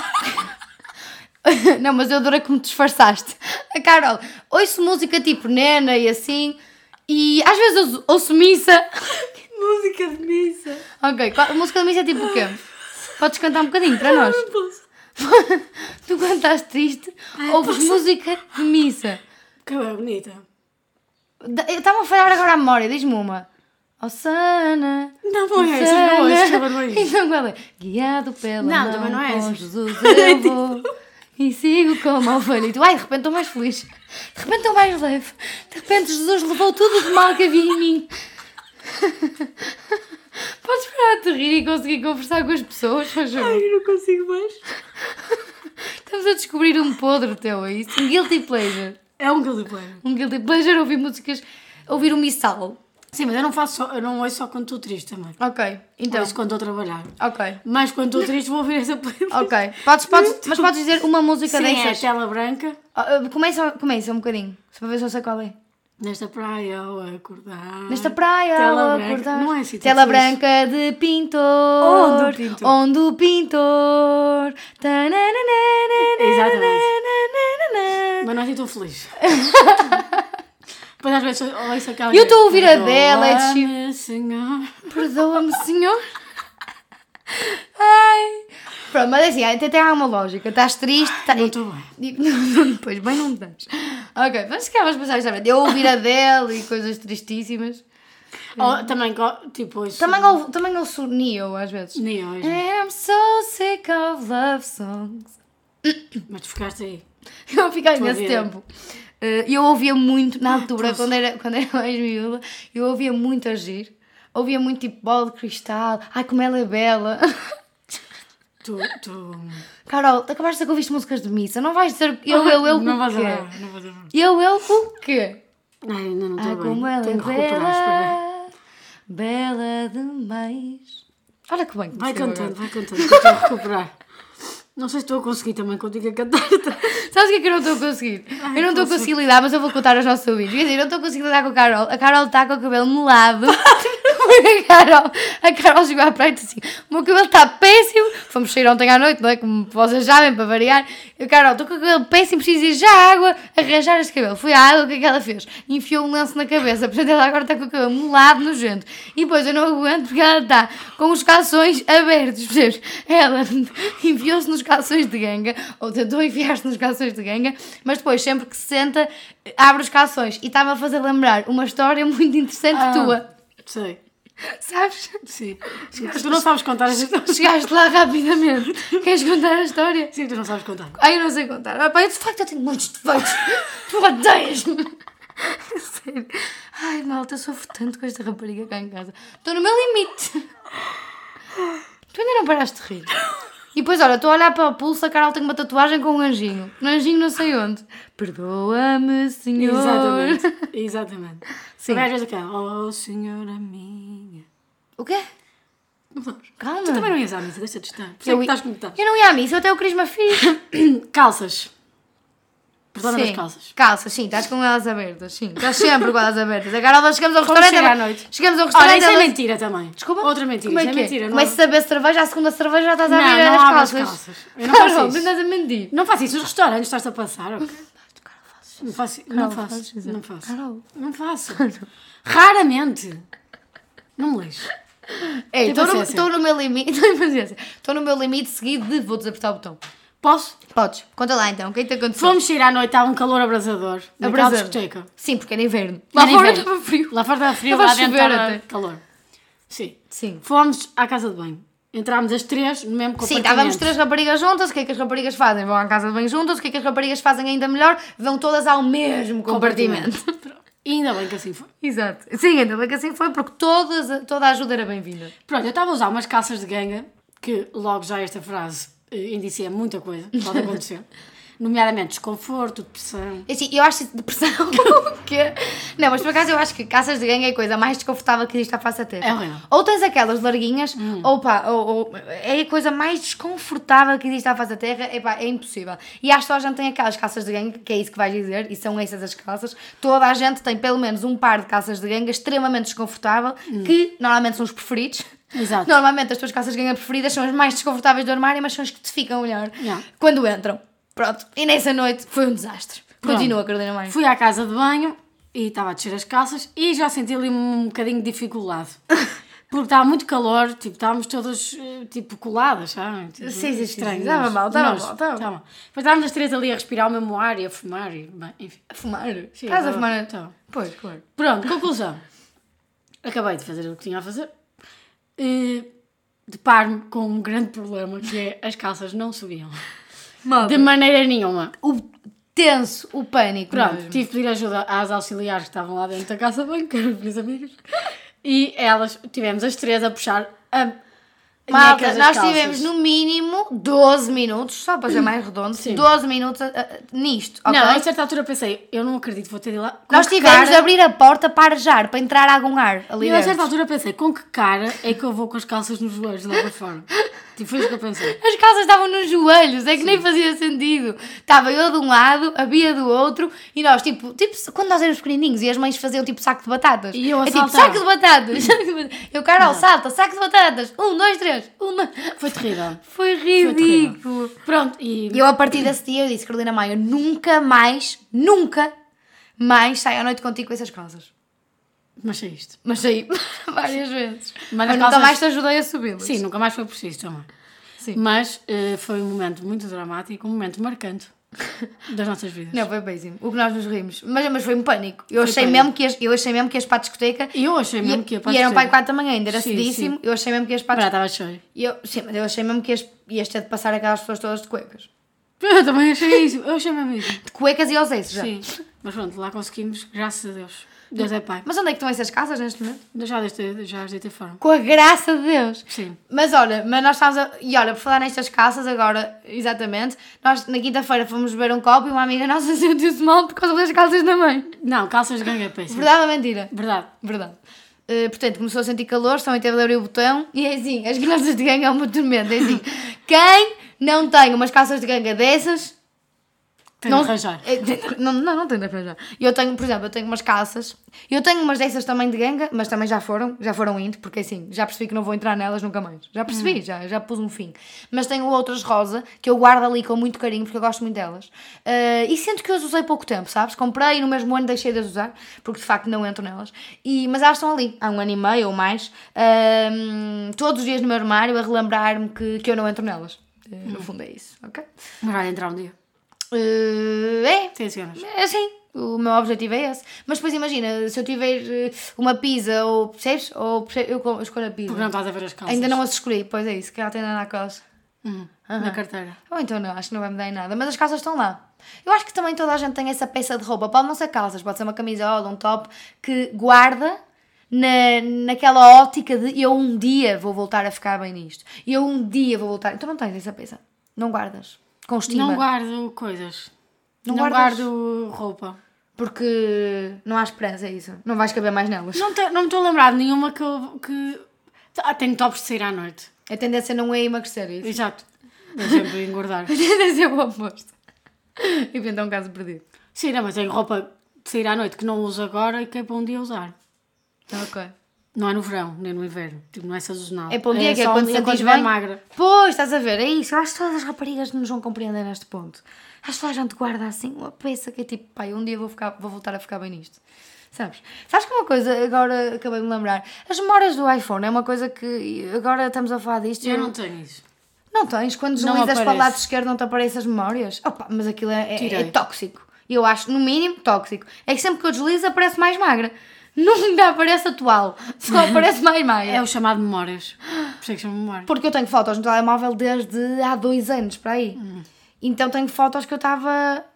Speaker 1: <laughs> não, mas eu adorei como te disfarçaste. A Carol, ouço música tipo nena e assim, e às vezes ouço, ouço missa.
Speaker 2: Música de missa.
Speaker 1: Ok, qual- música de missa é tipo o quê? Podes cantar um bocadinho para nós?
Speaker 2: Não posso.
Speaker 1: tu quando estás triste, ouves música de missa.
Speaker 2: Que é bonita.
Speaker 1: Da- eu Estava a falhar agora a memória, diz-me uma. Oh, Osana.
Speaker 2: Não, não é essa, não é essa, não é essa.
Speaker 1: Então qual é? Guiado pela
Speaker 2: Não,
Speaker 1: mão
Speaker 2: também não é
Speaker 1: com
Speaker 2: essa. <laughs>
Speaker 1: Jesus eu vou e sigo como alfanito. Ai, de repente estou mais feliz. De repente estou mais leve. De repente Jesus levou tudo de mal que havia em mim. <laughs> Podes parar de rir e conseguir conversar com as pessoas, faz favor.
Speaker 2: Ai, eu não consigo mais.
Speaker 1: Estamos a descobrir um podre teu, é isso? Um guilty pleasure.
Speaker 2: É um guilty pleasure.
Speaker 1: Um guilty pleasure ouvir músicas, ouvir o missal.
Speaker 2: Sim, mas eu não faço só, eu não ouço só quando estou triste também.
Speaker 1: Ok, então.
Speaker 2: Ouço quando estou a trabalhar.
Speaker 1: Ok,
Speaker 2: Mas quando estou triste vou ouvir essa playlist.
Speaker 1: <laughs> ok. Então Podes, podes, mas podes dizer uma música
Speaker 2: Hum? Sim, é a
Speaker 1: dessas.
Speaker 2: tela branca.
Speaker 1: Ah, ah, Começa, começa um bocadinho, só para ver se eu sei qual é.
Speaker 2: Nesta praia ao acordar.
Speaker 1: Nesta praia,
Speaker 2: Tela
Speaker 1: ao
Speaker 2: branca.
Speaker 1: acordar,
Speaker 2: Não é assim tão
Speaker 1: tela
Speaker 2: fixe.
Speaker 1: branca de pintor,
Speaker 2: Onde o pintor.
Speaker 1: onde o pintor. Tananana,
Speaker 2: Exatamente.
Speaker 1: nananana.
Speaker 2: Mas não
Speaker 1: <laughs>
Speaker 2: estou feliz. Depois às vezes ouço aquela.
Speaker 1: Eu estou a ouvir a é tipo- Adele, Ed Sheeran.
Speaker 2: Perdoa-me, Senhor.
Speaker 1: Perdoa-me, senhor. Ai. Pronto, mas assim, até tem uma lógica. Estás triste. tá-
Speaker 2: Não estou bem.
Speaker 1: E- não, pois bem, não estás. Ok, vamos ficar mais passagens à frente. Eu ouvir a dela e coisas tristíssimas.
Speaker 2: Ou, Oh, também, go- tipo, ouço.
Speaker 1: Hum. Também ouvo, também ouço Neo às vezes.
Speaker 2: Nem hoje.
Speaker 1: And I'm so sick of love songs. <laughs> Hum.
Speaker 2: Mas tu ficaste aí.
Speaker 1: Eu fiquei
Speaker 2: a Ah,
Speaker 1: nesse
Speaker 2: ver.
Speaker 1: tempo. Eh, Eu ouvia muito, na altura, quando era, quando era mais miúda, eu ouvia muito agir. Ouvia muito tipo bola de cristal. Ai, como ela é bela. <laughs>
Speaker 2: Tu. tu...
Speaker 1: Carol, tu acabaste de dizer que ouviste músicas de missa, não vais dizer eu, eu, eu,
Speaker 2: <laughs> Não
Speaker 1: o
Speaker 2: vais
Speaker 1: quê?
Speaker 2: adorar. Não vais adorar.
Speaker 1: Eu, eu, o quê?
Speaker 2: Ai, ainda não
Speaker 1: Ai,
Speaker 2: estou bem.
Speaker 1: como ela é
Speaker 2: Tenho que recuperar, espera.
Speaker 1: bela, bela demais. Olha que bem. que
Speaker 2: Vai
Speaker 1: me saiu
Speaker 2: cantando,
Speaker 1: agora.
Speaker 2: vai cantando, que eu estou a recuperar. Não sei se estou a conseguir também contigo
Speaker 1: <laughs>
Speaker 2: a cantar.
Speaker 1: Sabes o que é que eu não estou a conseguir?
Speaker 2: Ai,
Speaker 1: eu não estou a
Speaker 2: posso.
Speaker 1: conseguir lidar, mas eu vou contar aos nossos ouvintes. Quer dizer, eu não estou a conseguir lidar com a Carol. A Carol está com o cabelo melado. <laughs> a, Carol, a Carol chegou à praia e disse assim: o meu cabelo está péssimo. Fomos sair ontem à noite, não é? Como vocês sabem, para variar. Eu, Carol, estou com o cabelo péssimo, preciso ir já à água, arranjar este cabelo. Foi à água, o que é que ela fez? Enfiou um lenço na cabeça. Portanto, ela agora está com o cabelo melado, nojento. E depois eu não aguento porque ela está com os calções abertos, percebes? Ela <laughs> enfiou-se nos calções de ganga, ou tentou enfiar-se nos calções de ganga, mas depois, sempre que se senta, abre os calções. E está-me a fazer lembrar uma história muito interessante
Speaker 2: Ah.
Speaker 1: tua.
Speaker 2: Sei.
Speaker 1: Sabes?
Speaker 2: Sim. Tu não sabes contar as histórias.
Speaker 1: Chegaste lá rapidamente. Queres contar a história?
Speaker 2: Sim, tu não sabes contar.
Speaker 1: Ai, eu não sei contar. Ah, pá, eu de facto eu tenho muitos
Speaker 2: <laughs>
Speaker 1: defeitos. Tu odeias-me. Sério. Ai, malta, eu sofro tanto com esta rapariga cá em casa. Estou no meu limite. Tu ainda não paraste de rir. E E depois, olha, estou a olhar para o pulso, a Carol tem uma tatuagem com um anjinho. Um anjinho não sei onde. Perdoa-me, senhor.
Speaker 2: Exatamente. Exatamente.
Speaker 1: Sim.
Speaker 2: Sim. Às vezes aquela, oh senhora minha.
Speaker 1: O quê?
Speaker 2: Não vamos.
Speaker 1: Calma.
Speaker 2: Tu também não ias à missa, deixa de estar. Por isso é
Speaker 1: eu,
Speaker 2: que
Speaker 1: ia-
Speaker 2: estás como estás.
Speaker 1: eu não ia à missa, eu até o Crisma fiz.
Speaker 2: Calças. Persona das
Speaker 1: Sim.
Speaker 2: calças.
Speaker 1: Calças, sim, estás com elas abertas, sim. Estás sempre com elas abertas. A Carol, nós chegamos ao
Speaker 2: Quando
Speaker 1: restaurante.
Speaker 2: chega à
Speaker 1: ela-
Speaker 2: noite.
Speaker 1: Chegamos ao
Speaker 2: Olha,
Speaker 1: restaurante.
Speaker 2: isso é
Speaker 1: ela-
Speaker 2: mentira também.
Speaker 1: então, Desculpa?
Speaker 2: Outra mentira.
Speaker 1: Como é
Speaker 2: isso
Speaker 1: que
Speaker 2: é
Speaker 1: é?
Speaker 2: mentira.
Speaker 1: Começas a beber cerveja, à segunda cerveja já estás a
Speaker 2: Não,
Speaker 1: abrir
Speaker 2: não
Speaker 1: as
Speaker 2: abro as
Speaker 1: calças.
Speaker 2: calças. Eu
Speaker 1: <laughs>
Speaker 2: não faço
Speaker 1: Carol,
Speaker 2: isso.
Speaker 1: estás a mentir.
Speaker 2: Não faço isso nos restaurantes, estás a passar. ok? Não faço, não
Speaker 1: fazes
Speaker 2: faço,
Speaker 1: isso.
Speaker 2: não faço.
Speaker 1: Carol.
Speaker 2: Não faço. Raramente. Não me lixo.
Speaker 1: Ei,
Speaker 2: Tem
Speaker 1: estou no,
Speaker 2: paciência.
Speaker 1: estou no meu limite. <laughs> Tem paciência. Estou no meu limite seguido de vou desapertar o botão.
Speaker 2: Posso?
Speaker 1: Podes, conta lá então, o que é que te aconteceu?
Speaker 2: Fomos sair à noite, estava um calor abrasador. Naquela
Speaker 1: Abrasador.
Speaker 2: discoteca.
Speaker 1: Sim, porque era inverno. Lá
Speaker 2: Era
Speaker 1: fora
Speaker 2: inverno.
Speaker 1: estava frio.
Speaker 2: Lá fora estava frio,
Speaker 1: Estava
Speaker 2: lá
Speaker 1: a
Speaker 2: dentro
Speaker 1: chover
Speaker 2: estava
Speaker 1: até.
Speaker 2: calor. Sim.
Speaker 1: Sim.
Speaker 2: Fomos à casa de banho. Entrámos as três no mesmo
Speaker 1: Sim,
Speaker 2: compartimento.
Speaker 1: estávamos três raparigas juntas, o que é que as raparigas fazem? Vão à casa de banho juntas, o que é que as raparigas fazem ainda melhor? Vão todas ao mesmo compartimento.
Speaker 2: compartimento. Pronto. E ainda bem que assim foi.
Speaker 1: Exato. Sim, ainda bem que assim foi, porque todas, toda a ajuda era bem-vinda.
Speaker 2: Pronto, eu estava a usar umas calças de ganga, que logo já esta frase eh, indicia muita coisa, pode
Speaker 1: <laughs>
Speaker 2: acontecer. Nomeadamente desconforto, depressão.
Speaker 1: Assim, eu acho isso depressão. o quê? Não, mas por acaso eu acho que caças de gangue é a coisa mais desconfortável que existe à face da terra.
Speaker 2: É horrível.
Speaker 1: Ou tens aquelas larguinhas, ou pá, ou, ou- é a coisa mais desconfortável que existe à face da terra, é pá, é impossível. E acho que toda a gente tem aquelas calças de gangue, que é isso que vais dizer, e são essas as calças. Toda a gente tem pelo menos um par de calças de gangue extremamente desconfortável, que normalmente são os preferidos.
Speaker 2: Exato.
Speaker 1: Normalmente as tuas calças de gangue preferidas são as mais desconfortáveis do armário, mas são as que te ficam melhor
Speaker 2: Yeah.
Speaker 1: quando entram. Pronto. E nessa noite foi um desastre.
Speaker 2: Pronto.
Speaker 1: Continua, Carolina Mãe.
Speaker 2: Fui à casa de banho e estava a descer as calças e já senti ali um bocadinho
Speaker 1: <laughs>
Speaker 2: de dificuldade. Porque estava muito calor, tipo, estávamos todas eh, tipo coladas, sabe?
Speaker 1: Sim,
Speaker 2: Tipo,
Speaker 1: sim, sim,
Speaker 2: estranho,
Speaker 1: sim. Estava
Speaker 2: nojo,
Speaker 1: mal, estava
Speaker 2: nojo,
Speaker 1: mal, estava mal.
Speaker 2: Mas estávamos as três ali a respirar o mesmo ar e a fumar e bem, enfim.
Speaker 1: A fumar?
Speaker 2: Sim,
Speaker 1: Estás a
Speaker 2: tá-
Speaker 1: fumar? então.
Speaker 2: tá.
Speaker 1: Pois, claro.
Speaker 2: Pronto, conclusão. Acabei de fazer o que tinha a fazer. Eh, Deparo-me com um grande problema que é as calças não subiam. De maneira nenhuma.
Speaker 1: O tenso, o pânico.
Speaker 2: Pronto,
Speaker 1: mesmo.
Speaker 2: tive de pedir ajuda às auxiliares que estavam lá dentro da casa <laughs> de banho, que eram as minhas amigas. E elas, tivemos as três a puxar a
Speaker 1: Malta,
Speaker 2: minhacas das
Speaker 1: nós
Speaker 2: calças.
Speaker 1: tivemos no mínimo 12 minutos, só para ser mais redondo, 12 minutos ah, ah, nisto, ok?
Speaker 2: Não, a certa altura pensei, eu não acredito, vou ter de ir lá. Com
Speaker 1: nós
Speaker 2: que
Speaker 1: tivemos de
Speaker 2: cara-
Speaker 1: abrir a porta para arejar, para entrar algum ar ali
Speaker 2: Eu a
Speaker 1: dentro.
Speaker 2: certa altura pensei, com que cara é que eu vou com as calças nos joelhos lá para fora? tipo, foi isso que eu pensei.
Speaker 1: As calças estavam nos joelhos, é que nem fazia sentido. Estava eu de um lado, a Bia do outro, e nós, tipo, tipo, quando nós éramos pequenininhos e as mães faziam tipo saco de batatas.
Speaker 2: E eu a
Speaker 1: é tipo,
Speaker 2: saltar.
Speaker 1: saco de
Speaker 2: <laughs>
Speaker 1: batatas, saco de batatas. Eu, Carol, salta, saco de batatas. Um, dois, três. Um, dois.
Speaker 2: Foi terrível.
Speaker 1: Foi
Speaker 2: Foi terrível.
Speaker 1: ridículo.
Speaker 2: Pronto, e
Speaker 1: E eu, a partir desse dia, eu disse, Carolina Maia, nunca mais, nunca mais saio à noite contigo com essas calças.
Speaker 2: mas sei isto.
Speaker 1: Mas saí <laughs> várias vezes. Mas,
Speaker 2: Mas as
Speaker 1: nunca
Speaker 2: calças-
Speaker 1: mais te ajudei a subi-las.
Speaker 2: Sim, nunca mais foi preciso também.
Speaker 1: Sim.
Speaker 2: Mas eh, foi um momento muito dramático, um
Speaker 1: <laughs>
Speaker 2: momento marcante das nossas vidas.
Speaker 1: Não, foi péssimo. O que nós nos rimos. Mas, mas foi um pânico. Eu
Speaker 2: Foi
Speaker 1: achei,
Speaker 2: pânico.
Speaker 1: mesmo que ias, eu achei mesmo que ias para a discoteca.
Speaker 2: E eu achei mesmo
Speaker 1: e,
Speaker 2: que ia
Speaker 1: e um eram
Speaker 2: parecer-
Speaker 1: para aí 4 da manhã, ainda era
Speaker 2: Sim,
Speaker 1: cedíssimo. Eu achei mesmo que ias para a
Speaker 2: Agora
Speaker 1: discoteca.
Speaker 2: estava cheio. <laughs>
Speaker 1: Eu, sim, mas eu achei mesmo que ias, ias ter de passar aquelas pessoas todas de cuecas.
Speaker 2: Eu também achei isso, eu achei mesmo isso.
Speaker 1: De cuecas e aos exes, já.
Speaker 2: Sim, mas pronto, lá conseguimos, graças a Deus. Deus é pai.
Speaker 1: Mas onde é que estão essas casas neste momento?
Speaker 2: Já deste, já as deitei fora.
Speaker 1: Com a graça de Deus.
Speaker 2: Sim.
Speaker 1: Mas olha, mas nós estávamos a... E olha, por falar nestas calças agora, exatamente, nós na quinta-feira fomos beber um copo e uma amiga nossa <laughs> sentiu-se mal por causa das calças da mãe.
Speaker 2: Não, calças de gangue é péssimo.
Speaker 1: Verdade ou mentira?
Speaker 2: Verdade.
Speaker 1: Verdade. Eh, portanto, começou a sentir calor, também teve de abrir o botão e é assim, as <laughs> calças de ganga é uma tormenta. É assim, quem não tem umas calças de ganga dessas...
Speaker 2: Tenho
Speaker 1: Não,
Speaker 2: de arranjar.
Speaker 1: eh, não, não, não tem de arranjar. Eu tenho, por exemplo, eu tenho umas calças, eu tenho umas dessas também de ganga, mas também já foram, já foram indo, porque assim, já percebi que não vou entrar nelas nunca mais. Já percebi,
Speaker 2: Hum.
Speaker 1: já, já pus um fim. Mas tenho outras rosa, que eu guardo ali com muito carinho, porque eu gosto muito delas. Eh, e sinto que eu as usei pouco tempo, sabes? Comprei e no mesmo ano deixei de as usar, porque de facto não entro nelas. E, mas elas estão ali, há um ano e meio ou mais, ehm, todos os dias no meu armário, a relembrar-me que, que eu não entro nelas. Eh,
Speaker 2: Hum.
Speaker 1: No fundo é isso, ok?
Speaker 2: Mas vai entrar um dia.
Speaker 1: Eh, é,
Speaker 2: Sim, senhoras.
Speaker 1: é assim. O meu objetivo é esse. Mas depois imagina, se eu tiver eh, uma pizza ou percebes? Ou perce- eu co- escolho a pizza.
Speaker 2: Porque não estás a ver as calças.
Speaker 1: Ainda não as escolhi, pois é isso, que ela tem na calça.
Speaker 2: Hum, Na carteira.
Speaker 1: Ou então não, acho que não vai mudar em nada. Mas as calças estão lá. Eu acho que também toda a gente tem essa peça de roupa. Pode não ser calças, pode ser uma camisola, um top, que guarda na, naquela ótica de eu um dia vou voltar a ficar bem nisto. Eu um dia vou voltar. Então não tens essa peça. Não guardas. Com estima.
Speaker 2: Não guardo coisas.
Speaker 1: Não
Speaker 2: Não,
Speaker 1: guardas?
Speaker 2: guardo roupa.
Speaker 1: Porque não há esperança, é isso. Não vais caber mais nelas.
Speaker 2: Não, te- não me estou a lembrar de nenhuma que eu. Que... Ah, tenho tops de sair à noite.
Speaker 1: A tendência não é emagrecer, é isso.
Speaker 2: Exato. Eu sempre
Speaker 1: <laughs>
Speaker 2: engordar.
Speaker 1: A tendência é o oposto. E então um caso perdido.
Speaker 2: Sim, não, mas tenho roupa de sair à noite que não uso agora e que é para um dia usar.
Speaker 1: Então, Ok.
Speaker 2: Não é no verão, nem no inverno. Tipo, não é sazonal.
Speaker 1: É para um dia que é
Speaker 2: só
Speaker 1: quando
Speaker 2: um
Speaker 1: te
Speaker 2: dia
Speaker 1: sentires
Speaker 2: estiver
Speaker 1: bem.
Speaker 2: magra.
Speaker 1: Pois, estás a ver, é isso. Eu acho que todas as raparigas nos vão compreender neste ponto. Acho que toda a gente guarda assim uma peça que é tipo, pai, um dia vou, ficar, vou voltar a ficar bem nisto. Sabes? Sabes que é uma coisa, agora acabei de me lembrar, as memórias do iPhone é uma coisa que agora estamos a falar disto. e
Speaker 2: Eu não tenho isso.
Speaker 1: não tens, quando
Speaker 2: Não
Speaker 1: deslizas para o lado
Speaker 2: aparece.
Speaker 1: esquerdo não te aparecem as memórias. Opa, mas aquilo é, é,
Speaker 2: Tirei.
Speaker 1: é tóxico. Eu acho, no mínimo, tóxico. É que sempre que eu deslizo aparece mais magra. <laughs> Nunca aparece atual. Só aparece mais magra.
Speaker 2: É o chamado memórias. Por isso é que chama memórias.
Speaker 1: Porque eu tenho fotos no telemóvel desde há dois anos, para aí. Então tenho fotos que eu estava.
Speaker 2: Hum.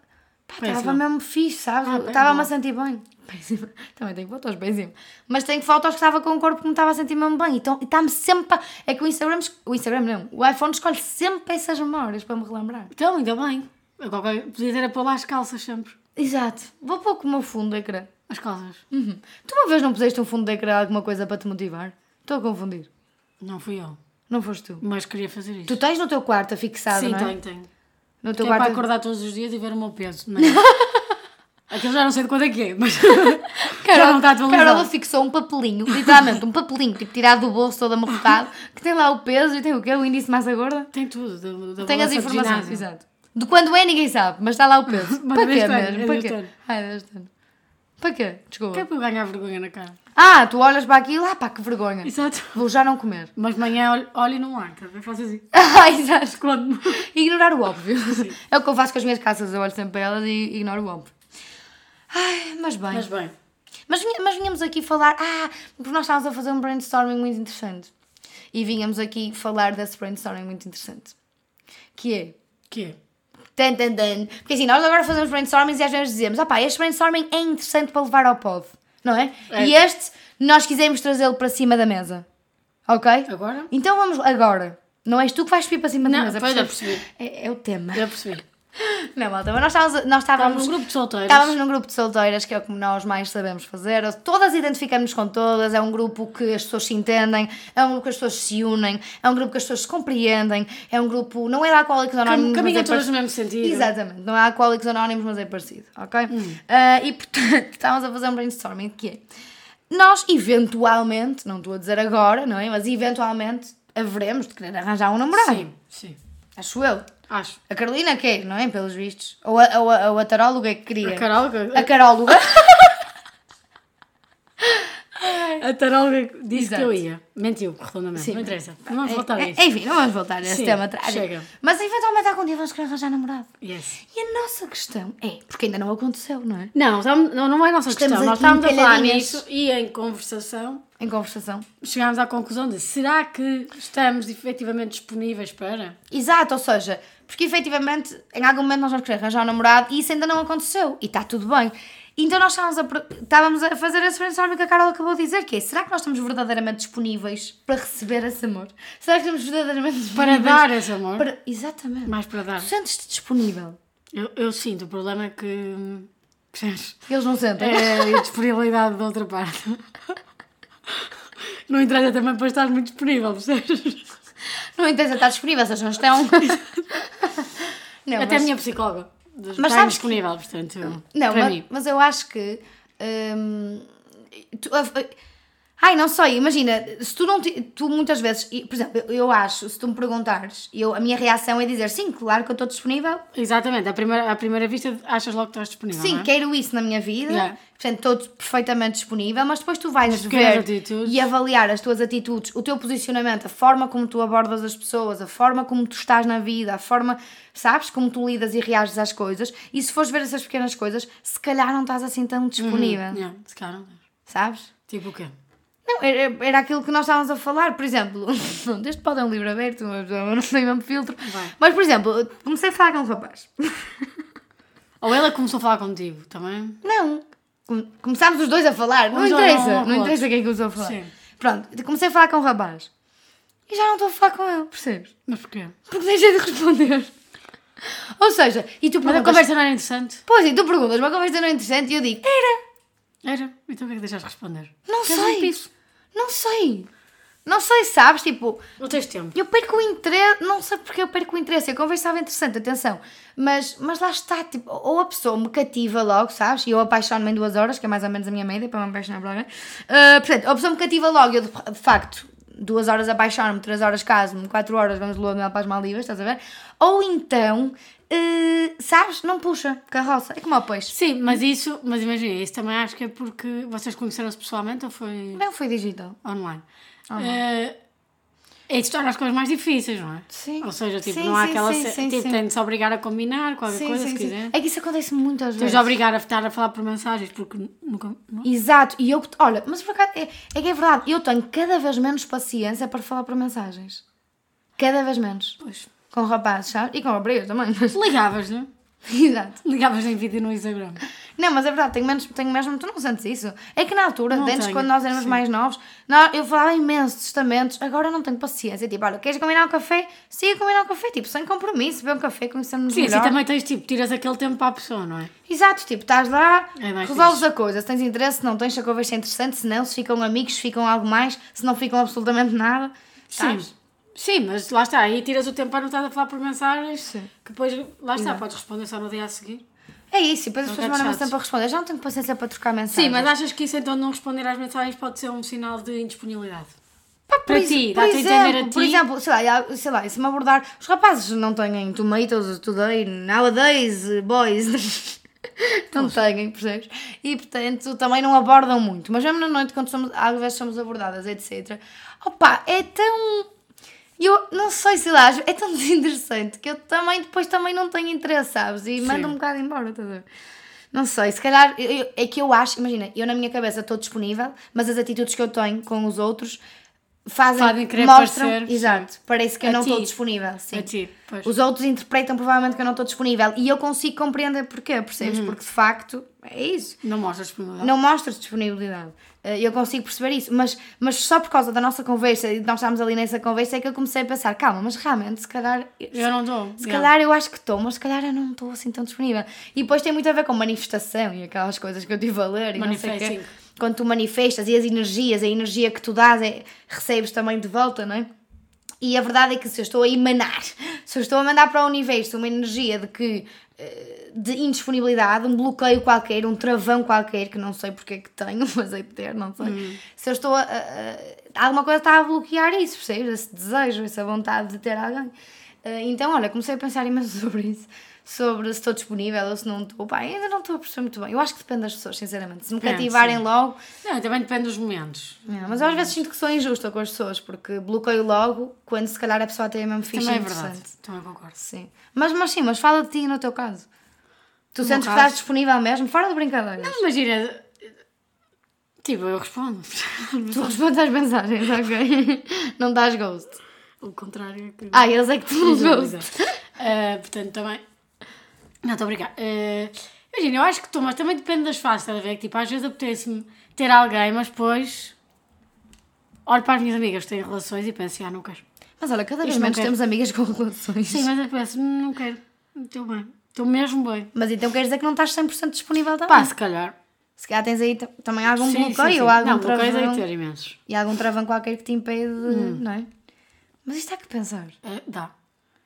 Speaker 2: Péssima.
Speaker 1: Estava mesmo fixe, sabes?
Speaker 2: Ah, bem
Speaker 1: Estava-me
Speaker 2: bom.
Speaker 1: a sentir
Speaker 2: <laughs>
Speaker 1: bem. Péssima. Também tenho fotos péssimo. Mas tenho fotos que estava com o corpo que me estava a sentir mesmo bem. Então, e está-me sempre. a- É que o Instagram. es- O Instagram não. O iPhone escolhe sempre essas memórias para me relembrar.
Speaker 2: Então, ainda bem. Eu qualquer- podia ter a pôr lá as calças sempre.
Speaker 1: Exato. Vou pôr como o meu fundo de ecrã.
Speaker 2: As calças.
Speaker 1: Uhum. Tu uma vez não puseste um fundo de ecrã alguma coisa para te motivar? Estou a confundir.
Speaker 2: Não fui eu.
Speaker 1: Não foste tu.
Speaker 2: Mas queria fazer isso.
Speaker 1: Tu tens no teu quarto afixado,
Speaker 2: Sim,
Speaker 1: não é?
Speaker 2: tenho, tenho.
Speaker 1: No teu
Speaker 2: Tenho para
Speaker 1: quarto.
Speaker 2: acordar todos os dias e ver o meu peso. Mas...
Speaker 1: <laughs>
Speaker 2: Aquilo já não sei de quando é que é, mas já não
Speaker 1: Carol,
Speaker 2: está atualizado.
Speaker 1: Carola fixou um papelinho, literalmente um papelinho, tipo tirado do bolso todo <laughs> amortado, que tem lá o peso e tem o quê? O índice massa gorda?
Speaker 2: Tem tudo. Da, da
Speaker 1: Tem as
Speaker 2: balança de
Speaker 1: informações,
Speaker 2: ginásio.
Speaker 1: exato. De quando é ninguém sabe, mas está lá <laughs> o peso.
Speaker 2: Mas
Speaker 1: Para quê
Speaker 2: deste ano,
Speaker 1: mesmo?
Speaker 2: é
Speaker 1: Para
Speaker 2: deste
Speaker 1: quê?
Speaker 2: ano.
Speaker 1: Ai, deste ano. Para quê?
Speaker 2: Que é
Speaker 1: Desculpa.
Speaker 2: para eu ganhar vergonha na cara.
Speaker 1: Ah, tu olhas para aquilo, ah pá, que vergonha.
Speaker 2: Exato.
Speaker 1: Vou já não <laughs> comer.
Speaker 2: Mas de manhã olho, olho e não há. tá? Eu faço assim.
Speaker 1: Ah, exato.
Speaker 2: Escondo-me.
Speaker 1: <laughs> Ignorar o óbvio. É o que eu faço com as minhas calças, eu olho sempre para elas e ignoro o óbvio. Ai, mas bem.
Speaker 2: Mas bem.
Speaker 1: Mas, vinha- mas vinhamos aqui falar, ah, porque nós estávamos a fazer um brainstorming muito interessante. E vinhamos aqui falar desse brainstorming muito interessante. Que é.
Speaker 2: Que é?
Speaker 1: Tan, tan, tan. Porque assim, nós agora fazemos brainstormings e às vezes dizemos, ah pá, este brainstorming é interessante para levar ao pod, não é?
Speaker 2: É.
Speaker 1: E este, nós quisemos trazê-lo para cima da mesa. Ok?
Speaker 2: Agora?
Speaker 1: Então vamos agora. Não és tu que vais subir para cima da
Speaker 2: Não,
Speaker 1: mesa.
Speaker 2: pois, eu
Speaker 1: percebes? É, é o tema.
Speaker 2: Já percebi.
Speaker 1: Não, malta, mas nós estávamos. Nós estávamos
Speaker 2: Estávamos num grupo de solteiros.
Speaker 1: Estávamos num grupo de solteiras, que é o que nós mais sabemos fazer. Todas identificamos-nos com todas. É um grupo que as pessoas se entendem, é um grupo que as pessoas se unem, é um grupo que as pessoas se compreendem, é um grupo. Não é de alcoólicos anónimos. mas
Speaker 2: Caminham
Speaker 1: é
Speaker 2: todas
Speaker 1: parecido.
Speaker 2: no mesmo Hum. sentido.
Speaker 1: Exatamente, não é alcoólicos anónimos, mas é parecido, ok? Ah, e portanto, <laughs> estávamos a fazer um brainstorming que é. Nós, eventualmente, não estou a dizer agora, não é? Mas eventualmente haveremos de querer arranjar um namorado.
Speaker 2: Sim, sim.
Speaker 1: Acho eu.
Speaker 2: Acho.
Speaker 1: A Carolina quer, não é? Pelos vistos. Ou a, ou a, ou a taróloga é que queria.
Speaker 2: É. A Carola,
Speaker 1: A Caróloga.
Speaker 2: a Tarola disse
Speaker 1: Exato.
Speaker 2: que eu ia. Mentiu, redondamente.
Speaker 1: Sim.
Speaker 2: Não interessa. Não <laughs> vamos voltar a isso.
Speaker 1: É, Enfim, não vamos voltar a esse
Speaker 2: Sim,
Speaker 1: tema trágico.
Speaker 2: chega.
Speaker 1: Mas eventualmente algum dia vamos querer arranjar namorado.
Speaker 2: Yes.
Speaker 1: E a nossa questão é, porque ainda não aconteceu, não é?
Speaker 2: Não, estamos- não, não é a nossa
Speaker 1: Estamos
Speaker 2: questão. Nós
Speaker 1: aqui
Speaker 2: estávamos a falar
Speaker 1: encalhadinhas.
Speaker 2: nisso e em conversação
Speaker 1: Em conversação.
Speaker 2: chegámos à conclusão de será que estamos efetivamente disponíveis para?
Speaker 1: Exato, ou seja, porque efetivamente em algum momento nós vamos querer arranjar um namorado e isso ainda não aconteceu e está tudo bem. Então nós estávamos a, pre- estávamos a fazer esse brainstorming que a Carol acabou de dizer, que é, será que nós estamos verdadeiramente disponíveis para receber esse amor? Será que estamos verdadeiramente
Speaker 2: Para
Speaker 1: disponíveis
Speaker 2: dar esse amor?
Speaker 1: para- Exatamente.
Speaker 2: Mais para dar.
Speaker 1: Tu sentes-te disponível.
Speaker 2: Eu, eu sinto, o problema é que. que sabes,
Speaker 1: Eles não sentem.
Speaker 2: É a disponibilidade da outra parte. Não interessa também para estar muito disponível,
Speaker 1: Então,
Speaker 2: percebes?
Speaker 1: Não interessa estar disponível, vocês não
Speaker 2: <laughs>
Speaker 1: estão. <laughs> não,
Speaker 2: Até
Speaker 1: mas,
Speaker 2: a minha psicóloga. Mas
Speaker 1: sabes que-
Speaker 2: disponível, portanto.
Speaker 1: não
Speaker 2: para
Speaker 1: mas,
Speaker 2: mim.
Speaker 1: mas eu acho que. hum, tu- a- a- ai, não sei, imagina, se tu não. ti- Tu muitas vezes. e, Por exemplo, eu, eu acho, se tu me perguntares, eu, a minha reação é dizer sim, claro que eu estou disponível.
Speaker 2: Exatamente, à primeira, à primeira vista achas logo que estás disponível.
Speaker 1: Sim,
Speaker 2: não é?
Speaker 1: quero isso na minha vida,
Speaker 2: Yeah.
Speaker 1: portanto estou perfeitamente disponível, mas depois tu vais ver
Speaker 2: pequenas atitudes.
Speaker 1: e avaliar as tuas atitudes, o teu posicionamento, a forma como tu abordas as pessoas, a forma como tu estás na vida, a forma, sabes, como tu lidas e reages às coisas, e se fores ver essas pequenas coisas, se calhar não estás assim tão disponível,
Speaker 2: Hum, Yeah, se calhar não.
Speaker 1: sabes?
Speaker 2: Tipo o quê?
Speaker 1: Não, era, era aquilo que nós estávamos a falar, por exemplo, <laughs> pronto, este pode é um livro aberto, mas eu não tenho mesmo filtro,
Speaker 2: Vai.
Speaker 1: mas por exemplo, eu comecei a falar com um rapaz,
Speaker 2: Ou ela começou a falar contigo também?
Speaker 1: não, Come- Começámos os dois a falar, não
Speaker 2: Uns olham um
Speaker 1: interessa,
Speaker 2: ao
Speaker 1: não
Speaker 2: outro.
Speaker 1: interessa quem é começou a falar.
Speaker 2: Sim.
Speaker 1: Pronto, comecei a falar com o rapaz e já não estou a falar com ele, percebes?
Speaker 2: Mas porquê?
Speaker 1: Porque deixei de responder. Ou seja, e tu
Speaker 2: Mas a
Speaker 1: perguntas.
Speaker 2: conversa não era interessante.
Speaker 1: Pois, e tu perguntas, uma conversa não é interessante e eu digo, era,
Speaker 2: Era. Então o que é que deixaste de responder?
Speaker 1: Não
Speaker 2: Queres
Speaker 1: sei.
Speaker 2: um piso?
Speaker 1: não sei. Não sei, sabes? Tipo,
Speaker 2: Não tens tempo.
Speaker 1: Eu perco o interesse, não sei porque eu perco o interesse, a conversa estava interessante, atenção, mas, mas lá está, tipo, ou a pessoa me cativa logo, sabes? E eu apaixono-me em duas horas, que é mais ou menos a minha média para me apaixonar por alguém. Ah, portanto, ou a pessoa me cativa logo, eu de, de facto, duas horas apaixono-me, três horas caso-me, quatro horas vamos de lua de mel para as Maldivas, estás a ver? Ou então, eh, sabes? Não puxa carroça, é como ao peixe.
Speaker 2: Sim, mas isso, mas imagina, isso também acho que é porque vocês conheceram-se pessoalmente ou foi
Speaker 1: Não foi digital.
Speaker 2: online? Eh, é isso torna as coisas mais difíceis, não é?
Speaker 1: Sim.
Speaker 2: Ou seja, tipo,
Speaker 1: Sim,
Speaker 2: não há
Speaker 1: sim,
Speaker 2: aquela.
Speaker 1: sim,
Speaker 2: ce-
Speaker 1: sim,
Speaker 2: tipo,
Speaker 1: sim.
Speaker 2: tem de se obrigar a combinar qualquer
Speaker 1: Sim,
Speaker 2: coisa
Speaker 1: sim,
Speaker 2: se
Speaker 1: sim.
Speaker 2: quiser.
Speaker 1: É que isso acontece muitas vezes.
Speaker 2: Tens de obrigar a estar a falar por mensagens porque nunca. não-
Speaker 1: Exato, e eu, olha, mas por acaso, é, é que é verdade, eu tenho cada vez menos paciência para falar por mensagens. Cada vez menos.
Speaker 2: Pois.
Speaker 1: Com rapazes, sabes? E com raparigas também. mas- <laughs>
Speaker 2: Ligavas-lhe.
Speaker 1: Exato.
Speaker 2: Ligavas em vídeo no Instagram.
Speaker 1: Não, mas é verdade, tenho, menos, tenho mesmo, tu não sentes isso? É que na altura,
Speaker 2: Não
Speaker 1: antes,
Speaker 2: tenho,
Speaker 1: quando nós éramos
Speaker 2: sim.
Speaker 1: mais novos, nós, eu falava imenso de testamentos, agora não tenho paciência. Tipo, olha, queres combinar um café? Sim, combinar um café, tipo, sem compromisso, beber um café, conhecemos
Speaker 2: Sim,
Speaker 1: melhor.
Speaker 2: assim também tens tipo, tiras aquele tempo para a pessoa, não é?
Speaker 1: Exato, tipo, estás lá,
Speaker 2: É mais
Speaker 1: resolves a coisa. Se tens interesse, se não tens, se a conversa é interessante, se não, se ficam amigos, se ficam algo mais, se não ficam absolutamente nada. sabes?
Speaker 2: Sim. Sim, mas lá está, aí tiras o tempo para não estar a falar por mensagens,
Speaker 1: Sim.
Speaker 2: que depois lá está, podes responder só no dia a seguir.
Speaker 1: É isso, e depois as pessoas
Speaker 2: Não quero
Speaker 1: mandam me
Speaker 2: chatos.
Speaker 1: sempre a responder. Já não tenho paciência para trocar mensagens.
Speaker 2: Sim, mas achas que isso então de não responder às mensagens pode ser um sinal de indisponibilidade?
Speaker 1: Pá, por
Speaker 2: para
Speaker 1: ex-
Speaker 2: ti,
Speaker 1: por
Speaker 2: dá-te a
Speaker 1: exemplo,
Speaker 2: entender a
Speaker 1: Por
Speaker 2: ti.
Speaker 1: exemplo, sei lá, e há- sei lá, e se me abordar. Os rapazes não têm tomatoes, today, nowadays, eh, boys. <laughs> não têm, percebes? E portanto também não abordam muito. Mas mesmo na noite, quando somos, às vezes somos abordadas, etc. Opa, é tão. Eu não sei, sei lá, é tão <laughs> desinteressante que eu também depois também não tenho interesse, sabes? E mando um bocado embora, estás a ver? Não sei, se calhar eu- eu- é que eu acho, imagina, eu na minha cabeça estou disponível, mas as atitudes que eu tenho com os outros fazem,
Speaker 2: Fazem querer
Speaker 1: mostram,
Speaker 2: parecer,
Speaker 1: exato, parece que eu
Speaker 2: A
Speaker 1: não estou
Speaker 2: ti.
Speaker 1: disponível, sim.
Speaker 2: A ti, pois.
Speaker 1: Os outros interpretam provavelmente que eu não estou disponível e eu consigo compreender porquê, percebes?
Speaker 2: Uhum.
Speaker 1: Porque de facto é isso.
Speaker 2: Não mostras disponibilidade.
Speaker 1: Não mostras disponibilidade. Eh, Eu consigo perceber isso, mas, mas só por causa da nossa conversa e de nós estarmos ali nessa conversa é que eu comecei a pensar: calma, mas realmente, se calhar.
Speaker 2: Eu não dou.
Speaker 1: Se
Speaker 2: yeah.
Speaker 1: calhar eu acho que estou, mas se calhar eu não estou assim tão disponível. E depois tem muito a ver com manifestação e aquelas coisas que eu tive a ler e não sei o quê.
Speaker 2: Manifesting.
Speaker 1: Quando tu manifestas e as energias, a energia que tu dás, é- recebes também de volta, não é? E a verdade é que se eu estou a emanar, <laughs> se eu estou a mandar para o universo uma energia de que eh, de indisponibilidade, um bloqueio qualquer, um travão qualquer, que não sei porque é que tenho, <laughs> mas é de ter, não sei. Se eu estou a, a- a- Alguma coisa está a bloquear isso, percebes? Esse desejo, essa vontade de ter alguém. Eh, Então, olha, comecei a pensar <laughs> imenso sobre isso. Sobre se estou disponível ou se não estou. Pá, ainda não estou a perceber muito bem. Eu acho que depende das pessoas, sinceramente. Se me
Speaker 2: É,
Speaker 1: cativarem
Speaker 2: sim.
Speaker 1: logo,
Speaker 2: Não, também depende dos momentos.
Speaker 1: não, É, mas eu às vezes sinto que sou injusta com as pessoas, porque bloqueio logo quando se calhar a pessoa tem a mesma ficha
Speaker 2: Também é verdade.
Speaker 1: interessante.
Speaker 2: Também concordo.
Speaker 1: Sim. Mas, mas sim, mas fala de ti no teu caso. Tu
Speaker 2: No
Speaker 1: sentes que
Speaker 2: caso-
Speaker 1: estás disponível mesmo, fora de brincadeiras.
Speaker 2: Não, imagina. Tipo, eu respondo.
Speaker 1: Tu respondes às mensagens, ok? <laughs> Não dás ghost.
Speaker 2: o contrário é que. <laughs>
Speaker 1: Ah, eles é que te dão ghost.
Speaker 2: Exato. Ah, portanto, também. Não, estou a brincar. Ah, imagina, eu acho que estou, mas também depende das fases, estás a ver? Que, Tipo, às vezes apetece-me ter alguém, mas depois. Olho para as minhas amigas que têm relações e penso, ah, não quero.
Speaker 1: Mas olha, cada vez
Speaker 2: Isto não
Speaker 1: menos
Speaker 2: quer.
Speaker 1: temos amigas com relações.
Speaker 2: Sim, mas eu penso, "Hum, não quero. Estou bem. Estou mesmo bem.
Speaker 1: Mas então quer dizer que não estás 100% disponível também?
Speaker 2: Pá, se calhar.
Speaker 1: Se calhar tens aí t- também algum
Speaker 2: Sim,
Speaker 1: bloqueio
Speaker 2: sim, sim.
Speaker 1: ou algum
Speaker 2: Não,
Speaker 1: travão.
Speaker 2: bloqueios é de ter Hum. imensos.
Speaker 1: E algum travão qualquer que te impede, de- não é? Mas isto há que pensar.
Speaker 2: Ah, dá.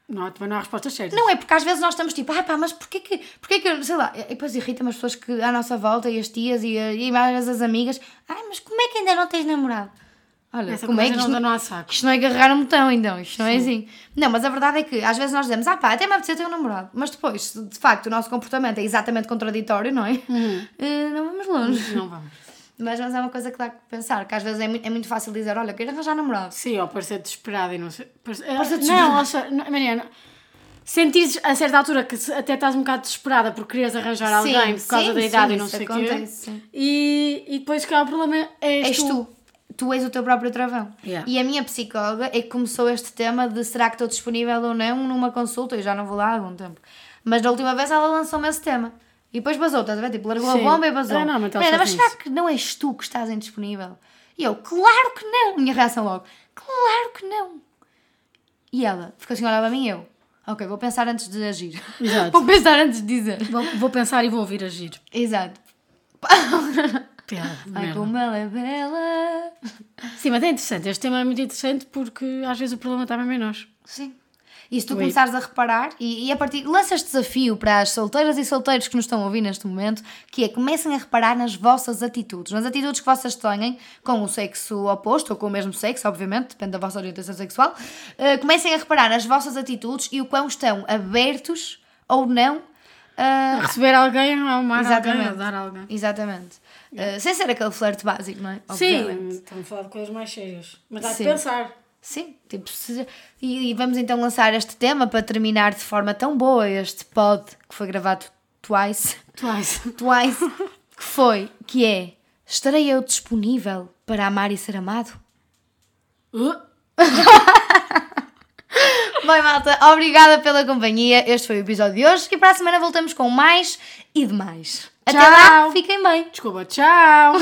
Speaker 2: Não, também não há respostas certas.
Speaker 1: Não é porque às vezes nós estamos tipo, ah pá, mas porquê que, porquê que, eu-" sei lá, e depois irritam as pessoas que à nossa volta e as tias e, a- e mais as amigas, ai, mas como é que ainda não tens namorado? Olha,
Speaker 2: Essa
Speaker 1: como é que
Speaker 2: não
Speaker 1: isto
Speaker 2: dá
Speaker 1: não,
Speaker 2: não há saco.
Speaker 1: isto não é agarrar um botão então, isto não é assim. Não, mas a verdade é que às vezes nós dizemos, ah pá, até me apetecia ter um namorado, mas depois, se de facto o nosso comportamento é exatamente contraditório, não é?
Speaker 2: Uhum.
Speaker 1: Eh, não vamos longe.
Speaker 2: Não vamos.
Speaker 1: Mas, mas é uma coisa que dá que pensar, que às vezes é muito, é muito fácil dizer, olha, quero arranjar namorado.
Speaker 2: Sim, ou parecer desesperada e não sei. Parecer,
Speaker 1: Parecer desesperada.
Speaker 2: Ah, não, ou seja, não, Mariana, sentires a certa altura que se- até estás um bocado desesperada porque querias arranjar
Speaker 1: Sim,
Speaker 2: alguém por causa
Speaker 1: sim,
Speaker 2: da idade
Speaker 1: sim,
Speaker 2: e não
Speaker 1: isso
Speaker 2: sei o quê.
Speaker 1: acontece, sim.
Speaker 2: E, e depois que há o problema é
Speaker 1: és
Speaker 2: tu.
Speaker 1: tu. Tu és o teu próprio travão.
Speaker 2: Yeah.
Speaker 1: E a minha psicóloga é que começou este tema de será que estou disponível ou não numa consulta, eu já não vou lá há algum tempo. Mas da última vez ela lançou-me esse tema. E depois vazou, estás a ver? Tipo, largou
Speaker 2: Sim.
Speaker 1: a bomba e vazou.
Speaker 2: Ah, não, mas ela
Speaker 1: Merda,
Speaker 2: só
Speaker 1: mas
Speaker 2: tem
Speaker 1: será
Speaker 2: isso.
Speaker 1: que não és tu que estás indisponível? E eu, claro que não! Minha reação logo, claro que não! E ela ficou assim, olhava a mim e eu. Ok, vou pensar antes de agir.
Speaker 2: Exato.
Speaker 1: <laughs> vou pensar antes de dizer.
Speaker 2: Vou, vou pensar e vou ouvir agir.
Speaker 1: Exato.
Speaker 2: Piada de
Speaker 1: Ai,
Speaker 2: merda.
Speaker 1: como ela é bela!
Speaker 2: Sim, mas é interessante. Este tema é muito interessante porque às vezes o problema está mesmo em nós.
Speaker 1: Sim. E se tu
Speaker 2: Ui.
Speaker 1: começares a reparar, e, e a partir. Lança este desafio para as solteiras e solteiros que nos estão a ouvir neste momento, que é comecem a reparar nas vossas atitudes, nas atitudes que vocês têm com o sexo oposto, ou com o mesmo sexo, obviamente, depende da vossa orientação sexual. Eh, comecem a reparar nas vossas atitudes e o quão estão abertos ou não. eh,
Speaker 2: Receber alguém, amar alguém,
Speaker 1: Exatamente.
Speaker 2: ou dar alguém.
Speaker 1: Exatamente. Eh, sem ser aquele flerte básico, não é? Obviamente.
Speaker 2: Sim, estamos a falar de coisas mais sérias. Mas há de
Speaker 1: Sim.
Speaker 2: pensar.
Speaker 1: Sim, tipo, se- e, e vamos então lançar este tema para terminar de forma tão boa este pod que foi gravado twice, <laughs>
Speaker 2: Twice. <laughs>
Speaker 1: twice, que foi, que é, estarei eu disponível para amar e ser amado?
Speaker 2: Uh,
Speaker 1: Bem, malta, obrigada pela companhia, este foi o episódio de hoje e para a semana voltamos com mais e demais. Até
Speaker 2: Tchau.
Speaker 1: lá, fiquem bem!
Speaker 2: desculpa, tchau!